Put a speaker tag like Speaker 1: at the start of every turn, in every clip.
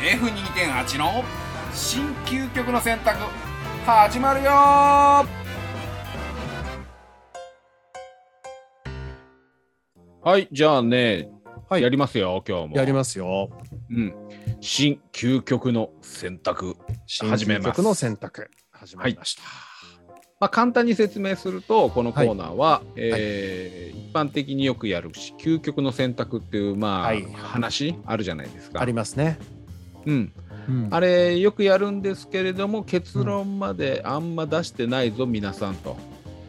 Speaker 1: F2.8 の新究極の選択始まるよは
Speaker 2: はい、じゃあね、
Speaker 3: はい
Speaker 2: やりますよ、今日も。
Speaker 3: やりますよ。
Speaker 2: うん。新究極の選択。始めます
Speaker 3: 新曲の選択。始まりました。
Speaker 2: まあ、簡単に説明すると、このコーナーは、えー一般的によくやるし、究極の選択っていう、まあ、
Speaker 3: はい
Speaker 2: 話あるじゃないですか。
Speaker 3: ありますね。
Speaker 2: うん。あ
Speaker 3: れ
Speaker 2: れ、よくやるんですけれども、結論まであんま出してないぞ、皆さんと。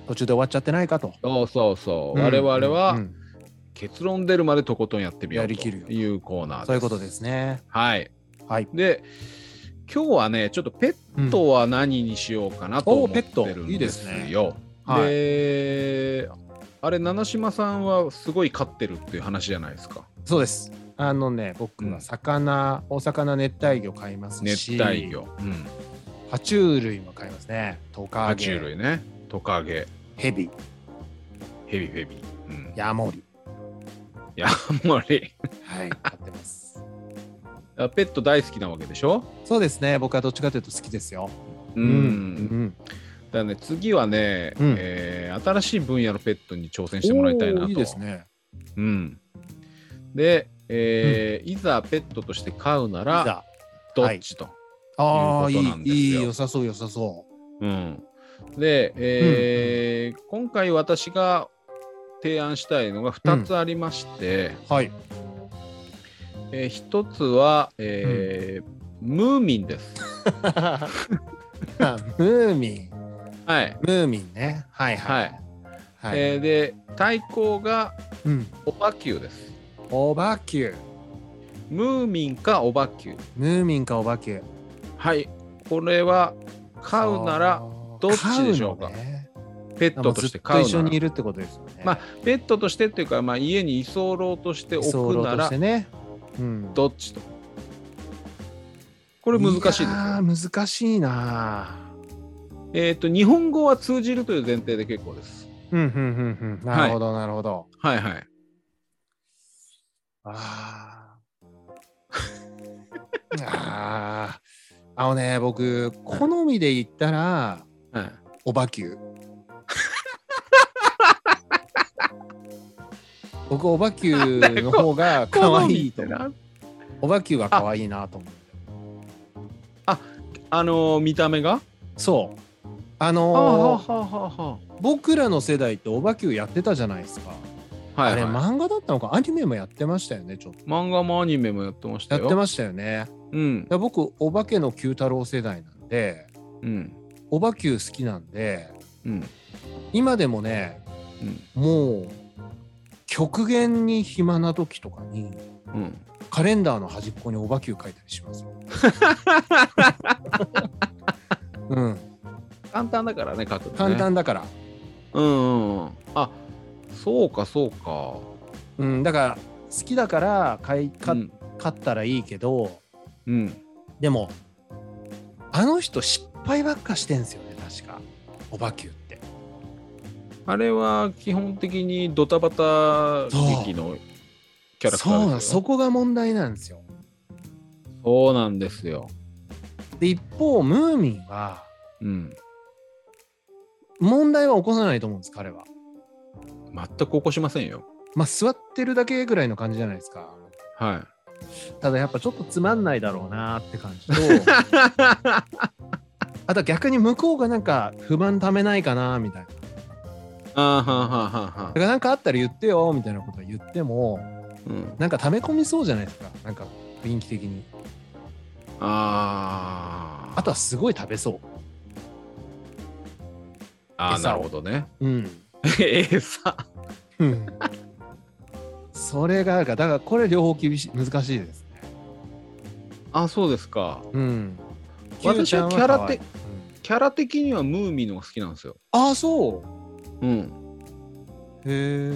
Speaker 3: 途中で終わっちゃってないかと。
Speaker 2: そうそうそう。
Speaker 3: うん
Speaker 2: 我々は、
Speaker 3: うんうん
Speaker 2: 結論出るまでとことんやってみよう
Speaker 3: や
Speaker 2: と
Speaker 3: りきるよ
Speaker 2: いうコーナーです。
Speaker 3: そういうことですね。
Speaker 2: はい。
Speaker 3: はい。
Speaker 2: で、今日はね、ちょっとペッ
Speaker 3: うん
Speaker 2: トは何にしようかなと思
Speaker 3: お
Speaker 2: っ
Speaker 3: ーペ
Speaker 2: て
Speaker 3: ット
Speaker 2: るん
Speaker 3: いい
Speaker 2: で
Speaker 3: です
Speaker 2: すよ。
Speaker 3: ねはい。
Speaker 2: で、あれ、七島さんはすごい飼ってるっていう話じゃないですか。
Speaker 3: そうです。あのね、僕
Speaker 2: うん
Speaker 3: は魚、お魚熱帯魚買います
Speaker 2: 熱
Speaker 3: し、
Speaker 2: 帯。魚、うん、
Speaker 3: 爬虫類も買いますね。トカ
Speaker 2: 爬
Speaker 3: ゲ、
Speaker 2: 虫類ね、トカゲ、
Speaker 3: ヘビ、
Speaker 2: ヘビヘビ、うん、
Speaker 3: ヤモリ。
Speaker 2: ヤ モリ。
Speaker 3: はい。買ってます。
Speaker 2: あペット大好きなわけでしょ
Speaker 3: そうですね。僕はどっちかというと好きですよ。
Speaker 2: う、
Speaker 3: うんうん
Speaker 2: だからね次はね、
Speaker 3: うん
Speaker 2: えー新しい分野のペットに挑戦してもらいたいなと
Speaker 3: おーいいですね。
Speaker 2: うん、で、えーいざペットとして飼うなら
Speaker 3: あ
Speaker 2: どっちと、
Speaker 3: あー、
Speaker 2: いうことなん
Speaker 3: い
Speaker 2: で
Speaker 3: い、
Speaker 2: すよ
Speaker 3: いい、良さそう、良さそ
Speaker 2: うん、で、えー今回私が提案したいのが2つありまして、
Speaker 3: う。はい。
Speaker 2: え1つは、えームーミンです。
Speaker 3: あムーミン、
Speaker 2: はい、
Speaker 3: ムーミンね。はいは。
Speaker 2: はいい
Speaker 3: はい
Speaker 2: えーで対抗が
Speaker 3: うん、
Speaker 2: オバキューです。
Speaker 3: オバキュー。
Speaker 2: ムーミンかオバキュー。
Speaker 3: ムーミンかオバキュー。
Speaker 2: はい、これは飼うならどっちでしょうか
Speaker 3: 飼ね、
Speaker 2: ペットとして飼う
Speaker 3: ずっと一緒
Speaker 2: なら
Speaker 3: にいるってことですよね。
Speaker 2: まあペットとしてっていうか、まあ、家に居候として
Speaker 3: 居
Speaker 2: 置く
Speaker 3: 候
Speaker 2: な
Speaker 3: とし
Speaker 2: ら
Speaker 3: てね。うん、
Speaker 2: どっちとこれ難しいですよ
Speaker 3: いやー難しいな
Speaker 2: えっ、と日本語は通じるという前提で結構です
Speaker 3: うんうんうんうん。なるほど、なるほど。
Speaker 2: はいはい
Speaker 3: あ ーあー。あのね、僕、好みで言ったら、
Speaker 2: はい
Speaker 3: おばきゅ う。僕おばきゅうの方が可愛いと思う。おばきゅうが可愛いなと思う。
Speaker 2: あのー見た目が
Speaker 3: そう。あ
Speaker 2: はあ
Speaker 3: のー
Speaker 2: はあはあは
Speaker 3: 僕らの世代っておばきゅうやってたじゃないですか。
Speaker 2: あはい、はい
Speaker 3: あれ漫画だったのかアニメもやってましたよねちょっと。
Speaker 2: 漫画もアニメもやってました
Speaker 3: や
Speaker 2: よ
Speaker 3: ってましたよね。
Speaker 2: うん
Speaker 3: だから僕お化けの九太郎世代なんで
Speaker 2: うん
Speaker 3: おばきゅう好きなんで
Speaker 2: うん
Speaker 3: 今でもね
Speaker 2: うん
Speaker 3: もう極限に暇な時とかに
Speaker 2: うん
Speaker 3: カレンダーの端っこにおばきゅう書いたりします よ。うん、
Speaker 2: 簡単だからね書くのね
Speaker 3: 簡単だから、
Speaker 2: うんうんうんあそうかそうか
Speaker 3: うん、だから好きだから買いか、
Speaker 2: うん
Speaker 3: 買ったらいいけど
Speaker 2: うん
Speaker 3: でもあの人失敗ばっかしてんすよね確かおばきゅうって
Speaker 2: あれは基本的にドタバタ劇のキャラクターですよ
Speaker 3: そうなんそこが問題なんですよ
Speaker 2: そうなんですよ。
Speaker 3: で一方ムーミンは
Speaker 2: うん。
Speaker 3: 問題は起こさないと思うんです彼は
Speaker 2: 全く起こしませんよ。
Speaker 3: まあ座ってるだけぐらいの感じじゃないですか
Speaker 2: は
Speaker 3: ただやっぱちょっとつまんないだろうなって 感じとあとは逆に向こうがなんか不満ためないかなみたいなだ
Speaker 2: い。ああはあはあはあ
Speaker 3: か。らなんかあったら言ってよみたいなことは言っても
Speaker 2: うん。
Speaker 3: なんか溜め込みそうじゃないですかなんか雰囲気的に
Speaker 2: あ
Speaker 3: あとはすごい食べそ
Speaker 2: ああー、
Speaker 3: 餌
Speaker 2: な
Speaker 3: を
Speaker 2: るほどね。
Speaker 3: ううん
Speaker 2: 餌。
Speaker 3: うんそれがあるからだからこれ両方厳しい難しいですね
Speaker 2: あそうですか。
Speaker 3: うん
Speaker 2: 私はキャラ的
Speaker 3: キューちゃんは可愛いうん
Speaker 2: キャラ的にはムーミンの方が好きなんですよ。
Speaker 3: ああそう
Speaker 2: うん。
Speaker 3: へえ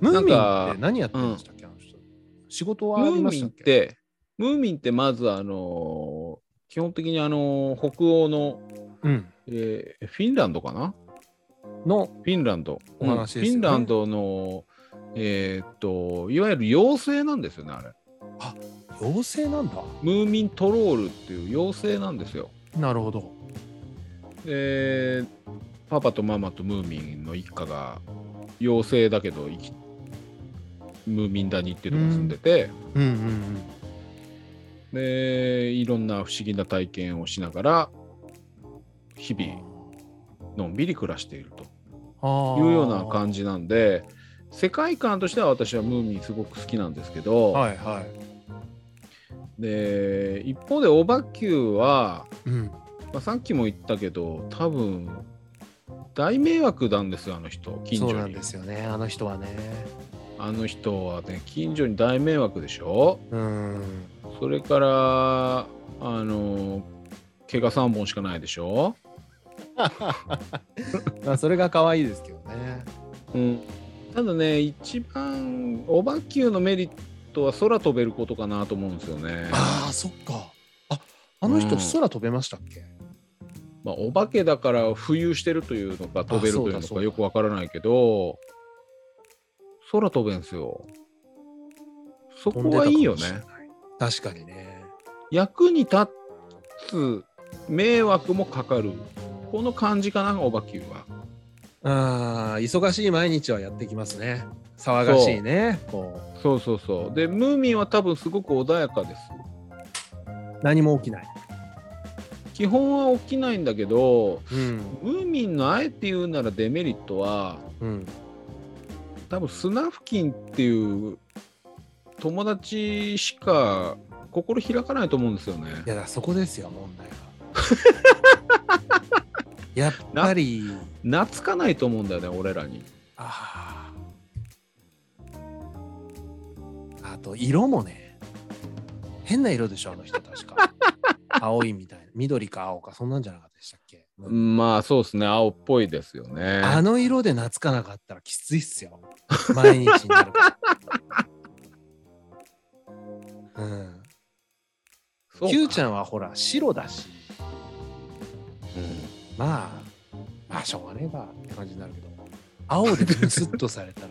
Speaker 3: ムー
Speaker 2: なん
Speaker 3: ミ
Speaker 2: か
Speaker 3: ンって何やってましたっけ、あの人仕事
Speaker 2: ム
Speaker 3: はあり
Speaker 2: ー
Speaker 3: まし
Speaker 2: ミ
Speaker 3: た
Speaker 2: ンっ
Speaker 3: っけ
Speaker 2: て、ムーミンってまずあのー基本的にあのー北欧の、
Speaker 3: うん
Speaker 2: えーフィンランドかな
Speaker 3: の
Speaker 2: フィンランド。
Speaker 3: お話
Speaker 2: うん
Speaker 3: ですよね
Speaker 2: フィンランドの、えーっと、いわゆる妖精なんですよね、あれ。
Speaker 3: 妖精なんだ
Speaker 2: ムーミントロールっていう妖精なんですよ。
Speaker 3: なるほど
Speaker 2: でパパとママとムーミンの一家が妖精だけど生きムーミン谷っていうとこに住んでて、
Speaker 3: うんうんうん
Speaker 2: でいろんな不思議な体験をしながら日々のんびり暮らしていると
Speaker 3: あ
Speaker 2: いうような感
Speaker 3: じ
Speaker 2: じなんで世界観としては私はムーミンすごく好きなんですけど、
Speaker 3: はいはい
Speaker 2: で一方でオバキューは、
Speaker 3: うん
Speaker 2: まあ、さっきも言ったけど多分大迷惑なんですよあの人近所
Speaker 3: そ
Speaker 2: に
Speaker 3: うなんですよねあの人はね
Speaker 2: あの人はね近所に大迷惑でしょ
Speaker 3: うん
Speaker 2: それからあの毛が3本しかないでしょ、
Speaker 3: まあそれが可愛いですけどね
Speaker 2: うん、ただね一番オバキューのメリットは空飛べることかなと思うんですよね。
Speaker 3: ああそっかああの人
Speaker 2: うん
Speaker 3: 空飛べましたっけ、
Speaker 2: まあ、お化けだから浮遊してるというのか飛べるというの
Speaker 3: あそうだそう
Speaker 2: か
Speaker 3: だ
Speaker 2: よくわからないけど空飛べんすよそ
Speaker 3: 飛ん
Speaker 2: こ
Speaker 3: でた
Speaker 2: は
Speaker 3: か
Speaker 2: い
Speaker 3: もし
Speaker 2: い
Speaker 3: れ
Speaker 2: よ
Speaker 3: な
Speaker 2: ね
Speaker 3: 確かにね
Speaker 2: 役に立つ迷惑もかかるこの感じかなお化けは
Speaker 3: ああ忙しい毎日はやってきますね騒がしいねこう
Speaker 2: そうそうそうでムーミンは多分すごく穏やかです
Speaker 3: 何も起きない、
Speaker 2: 基本は起きないんだけど
Speaker 3: うん
Speaker 2: ムーミンのあえて言うならデメリットは
Speaker 3: うん、
Speaker 2: 多分スナフキンっていう友達しか心開かないと思うんですよね。
Speaker 3: いやだからそこですよ問題が やっぱり
Speaker 2: 懐かないと思うんだよね俺らに。
Speaker 3: あーあと色もね変な色でしょあの人 確か青いみたいな緑か青かそんなんじゃなかったでしたっけ、
Speaker 2: まあそうですね青っぽいですよね。
Speaker 3: あの色で懐かなかったらきついっすよ毎日になるからうん
Speaker 2: そうか
Speaker 3: キューちゃんはほら白だしまあまあしょうがねえかって感じになるけど青でムスッとさ れたら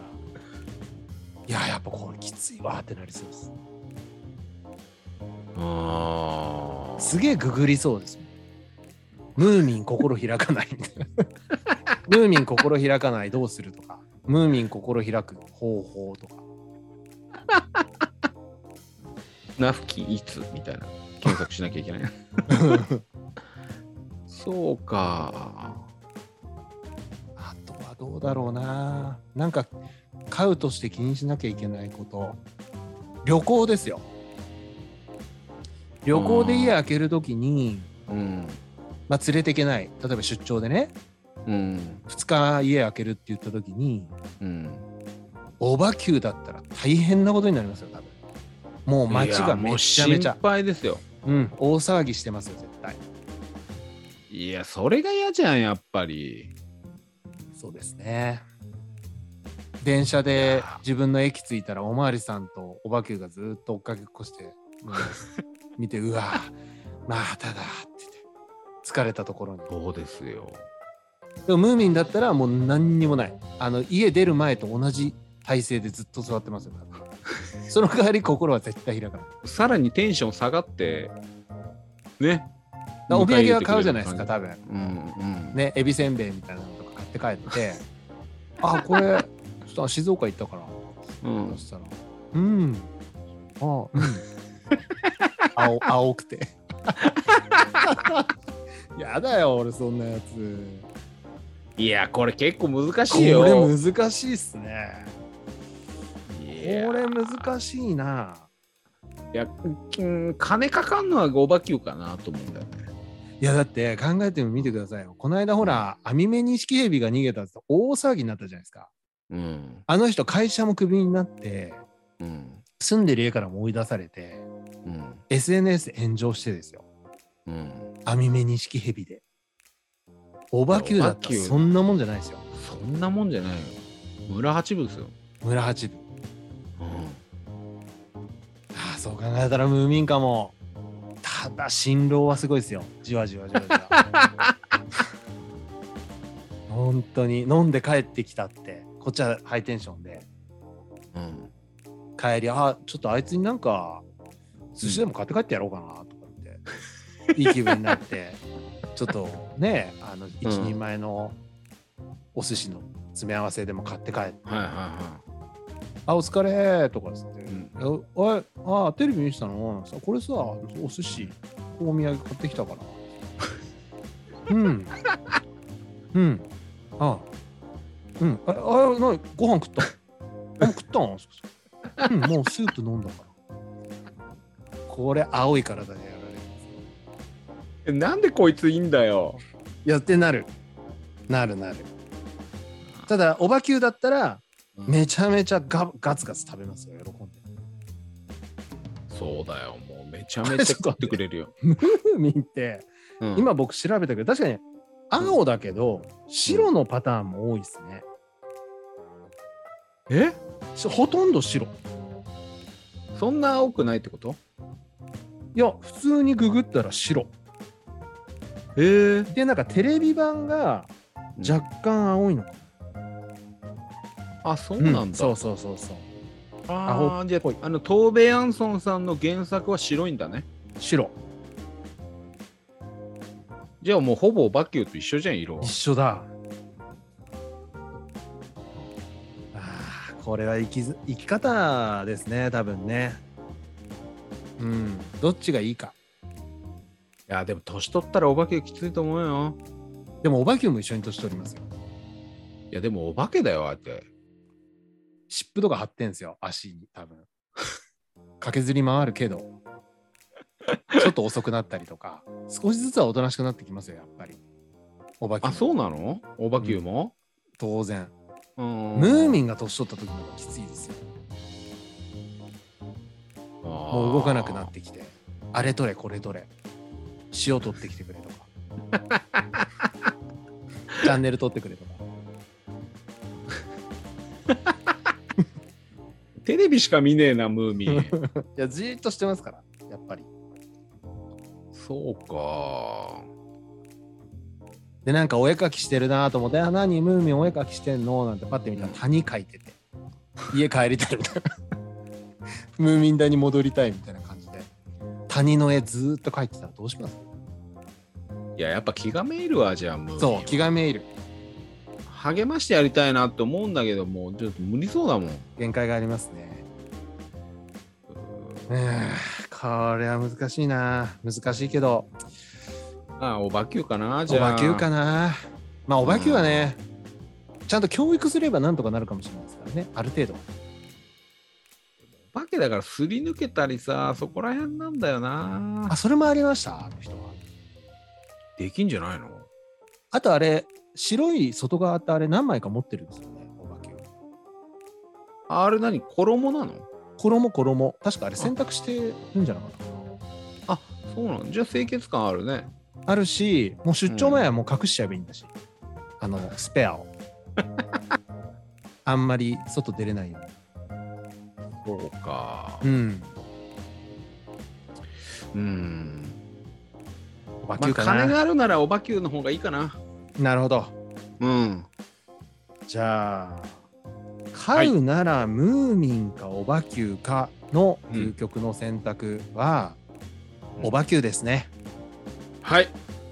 Speaker 3: いややっぱこれきついわってなりそうです
Speaker 2: あ
Speaker 3: すげえググりそうですもんムーミン心開かないみたいなムーミン心開かないどうするとかムーミン心開く方法とか
Speaker 2: スナフキンいつみたいな検索しなきゃいけ ない。そうか。
Speaker 3: あとはどうだろうななんか買うとして気にしなきゃいけないこと旅行ですよ旅行で家開けるときに、
Speaker 2: うん。
Speaker 3: まあ、連れていけない例えば出張でね
Speaker 2: うん。
Speaker 3: 2日家開けるって言ったときに
Speaker 2: うん。
Speaker 3: オバキューだったら大変なことになりますよ多分もう街
Speaker 2: いや
Speaker 3: が
Speaker 2: も
Speaker 3: め
Speaker 2: う
Speaker 3: ちゃめちゃ
Speaker 2: 心配ですよ。
Speaker 3: うん、大騒ぎしてますよ絶対
Speaker 2: いやそれが嫌じゃんやっぱり。
Speaker 3: そうですね電車で自分の駅着いたらおまわりさんとおばけがずっと追っかけっこして もう見てうわまただって言って疲れたところに
Speaker 2: そうですよ。
Speaker 3: でもムーミンだったらもう何にもないあの家出る前と同じ体勢でずっと座ってますよ多分その代わり心は絶対開かないだか
Speaker 2: さらにテンション下がってね
Speaker 3: らお土産は買うじゃないですか多分
Speaker 2: うんうん
Speaker 3: ねエビせんべいみたいなのとか買って帰って あこれちょっと静岡行ったから
Speaker 2: うん
Speaker 3: そしたら、うん、あ、うん、青青くて。 やだよ、俺そんなやつ。
Speaker 2: いやこれ結構難
Speaker 3: こ
Speaker 2: しい
Speaker 3: れ
Speaker 2: よ
Speaker 3: 難しいっすね。
Speaker 2: い
Speaker 3: こ
Speaker 2: や
Speaker 3: れ難しいな。
Speaker 2: いやうん金かかんのは5馬級かなと思うんだよね
Speaker 3: いやだって考えてみてくださいよ。この間ほら、アミメニシキヘビが逃げたって大騒ぎになったじゃないですか。
Speaker 2: うん
Speaker 3: あの人会社もクビになって、
Speaker 2: うん
Speaker 3: 住んでる家からも追い出されて、
Speaker 2: うん
Speaker 3: SNS で炎上してですよ。
Speaker 2: うん
Speaker 3: アミメニシキヘビで。オバキューだった
Speaker 2: いやオバ
Speaker 3: ら
Speaker 2: キュー
Speaker 3: そんなもんじゃないですよ。
Speaker 2: そんなもんじゃないよ村八分ですよ、
Speaker 3: 村八分。
Speaker 2: う
Speaker 3: ああ、そう考えたらムーミンかも。ただ、辛労はすごいですよ。じわじわじわじ わ。本当に飲んで帰ってきたって、こっちはハイテンションで、
Speaker 2: んうん、
Speaker 3: 帰り、ああ、ちょっとあいつになんか、寿司でも買って帰ってやろうかなとかって、いい気分になって、ちょっとね、あの、一人前のお寿司の詰め合わせでも買って帰って、
Speaker 2: はいはいは
Speaker 3: あ、お疲れとかっつって、
Speaker 2: ん
Speaker 3: えおい、あ、テレビ見てたのさこれさ、お寿司、お土産買ってきたから。 うん。うん。あうん。あ、あなにご飯食った ご飯食ったんうん、もうスープ飲んだから。これ、青い体でやられる。
Speaker 2: い。なんでこいついいんだよ。
Speaker 3: いやってなる。なるなる。ただ、おばきゅうだったら、めちゃめちゃガガツガツ食べますよ、喜んで。
Speaker 2: そうだよ。もうめちゃめちゃ食ってくれる よ。
Speaker 3: 風味って、
Speaker 2: うん、
Speaker 3: 今僕調べたけど確かに青だけど、白のパターンも多いですね
Speaker 2: え
Speaker 3: しほとんど白
Speaker 2: そんな青くないってこと
Speaker 3: いや普通にググったら白
Speaker 2: えー、
Speaker 3: でなんかテレビ版が若干青いのか
Speaker 2: あ、そう
Speaker 3: な、
Speaker 2: なんだ。
Speaker 3: そうそうそうそう
Speaker 2: ああ、じゃあ、あの、東米アンソンさんの原作は白いんだね。
Speaker 3: 白
Speaker 2: じゃあもうほぼバキューと一緒じゃん、色は
Speaker 3: 一。緒だあーこれは生きず生き方ですね多分ねうんどっちがいいか
Speaker 2: いや、でも年取ったらお化けきついと思うよ。
Speaker 3: でもおばきゅうも一緒に年取りますよ
Speaker 2: いや、でもお化けだよ、あえて。
Speaker 3: 湿布とか貼ってんすよ足に多 分駆けずり回るけどちょっと遅くなったりとか少しずつはおとなしくなってきますよやっぱりお化け
Speaker 2: あ、そうなのお化けも、
Speaker 3: 当然
Speaker 2: うん、
Speaker 3: ムーミンが年取った時の方がきついですよ
Speaker 2: ン
Speaker 3: も
Speaker 2: も
Speaker 3: う動かなくなってきてあれとれこれとれ塩取ってきてくれとか チャンネル取ってくれとか
Speaker 2: テレビしか見ねえな、ムーミ ン。
Speaker 3: いやじーっとしてますからやっぱり
Speaker 2: そうか。
Speaker 3: でなんかお絵かきしてるなと思って「あ何ムーミンお絵かきしてんの?」なんてパッて見たら谷描いてて家帰りたいみたいな ムーミン谷に戻りたいみたいな感じで谷の絵ずーっと描いてたらどうします
Speaker 2: いや、やっぱ気がめいるわ、じゃあ、ムーミン。
Speaker 3: そう気がめいる
Speaker 2: 励ましてやりたいなって思うんだけど、もうちょっと無理そうだもん。
Speaker 3: 限界がありますねうーんこれは難しいな難しいけど
Speaker 2: あ、お化けかな、じ
Speaker 3: お
Speaker 2: ゃあ。
Speaker 3: ばきゅうかなまあおばきゅうはねちゃんと教育すればなんとかなるかもしれないですからねある程度
Speaker 2: お化けだからすり抜けたりさ、そこら辺なんだよな
Speaker 3: あ。それもありましたあの人は
Speaker 2: できんじゃないの
Speaker 3: あとあれ、白い外側ってあれ何枚か持ってるんですよね、お化けを。
Speaker 2: あれ何衣なの
Speaker 3: 衣衣。確かあれ洗濯してるんじゃなかったか
Speaker 2: あ、そうなのじゃあ清潔感あるね。
Speaker 3: な。あるし、もう出張前はもう隠しちゃえばいいんだし、あの、スペ アを。あんまり外出れないよ
Speaker 2: そうか
Speaker 3: う。に。うん。
Speaker 2: うん。
Speaker 3: お化
Speaker 2: ま
Speaker 3: け
Speaker 2: あ、
Speaker 3: か
Speaker 2: 金
Speaker 3: な。
Speaker 2: があるならおばきゅうの方がいいかな。
Speaker 3: なるほど。
Speaker 2: うん。
Speaker 3: じゃあ、買うならムーミンかおばきゅうかの究極の選択は、
Speaker 2: うん
Speaker 3: おばきゅうですね。
Speaker 2: はい。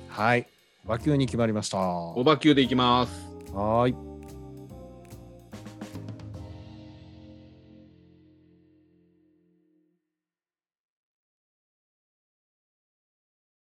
Speaker 3: はい。おばきゅうに決まりました。
Speaker 2: おばきゅうでいきます。
Speaker 3: はーい。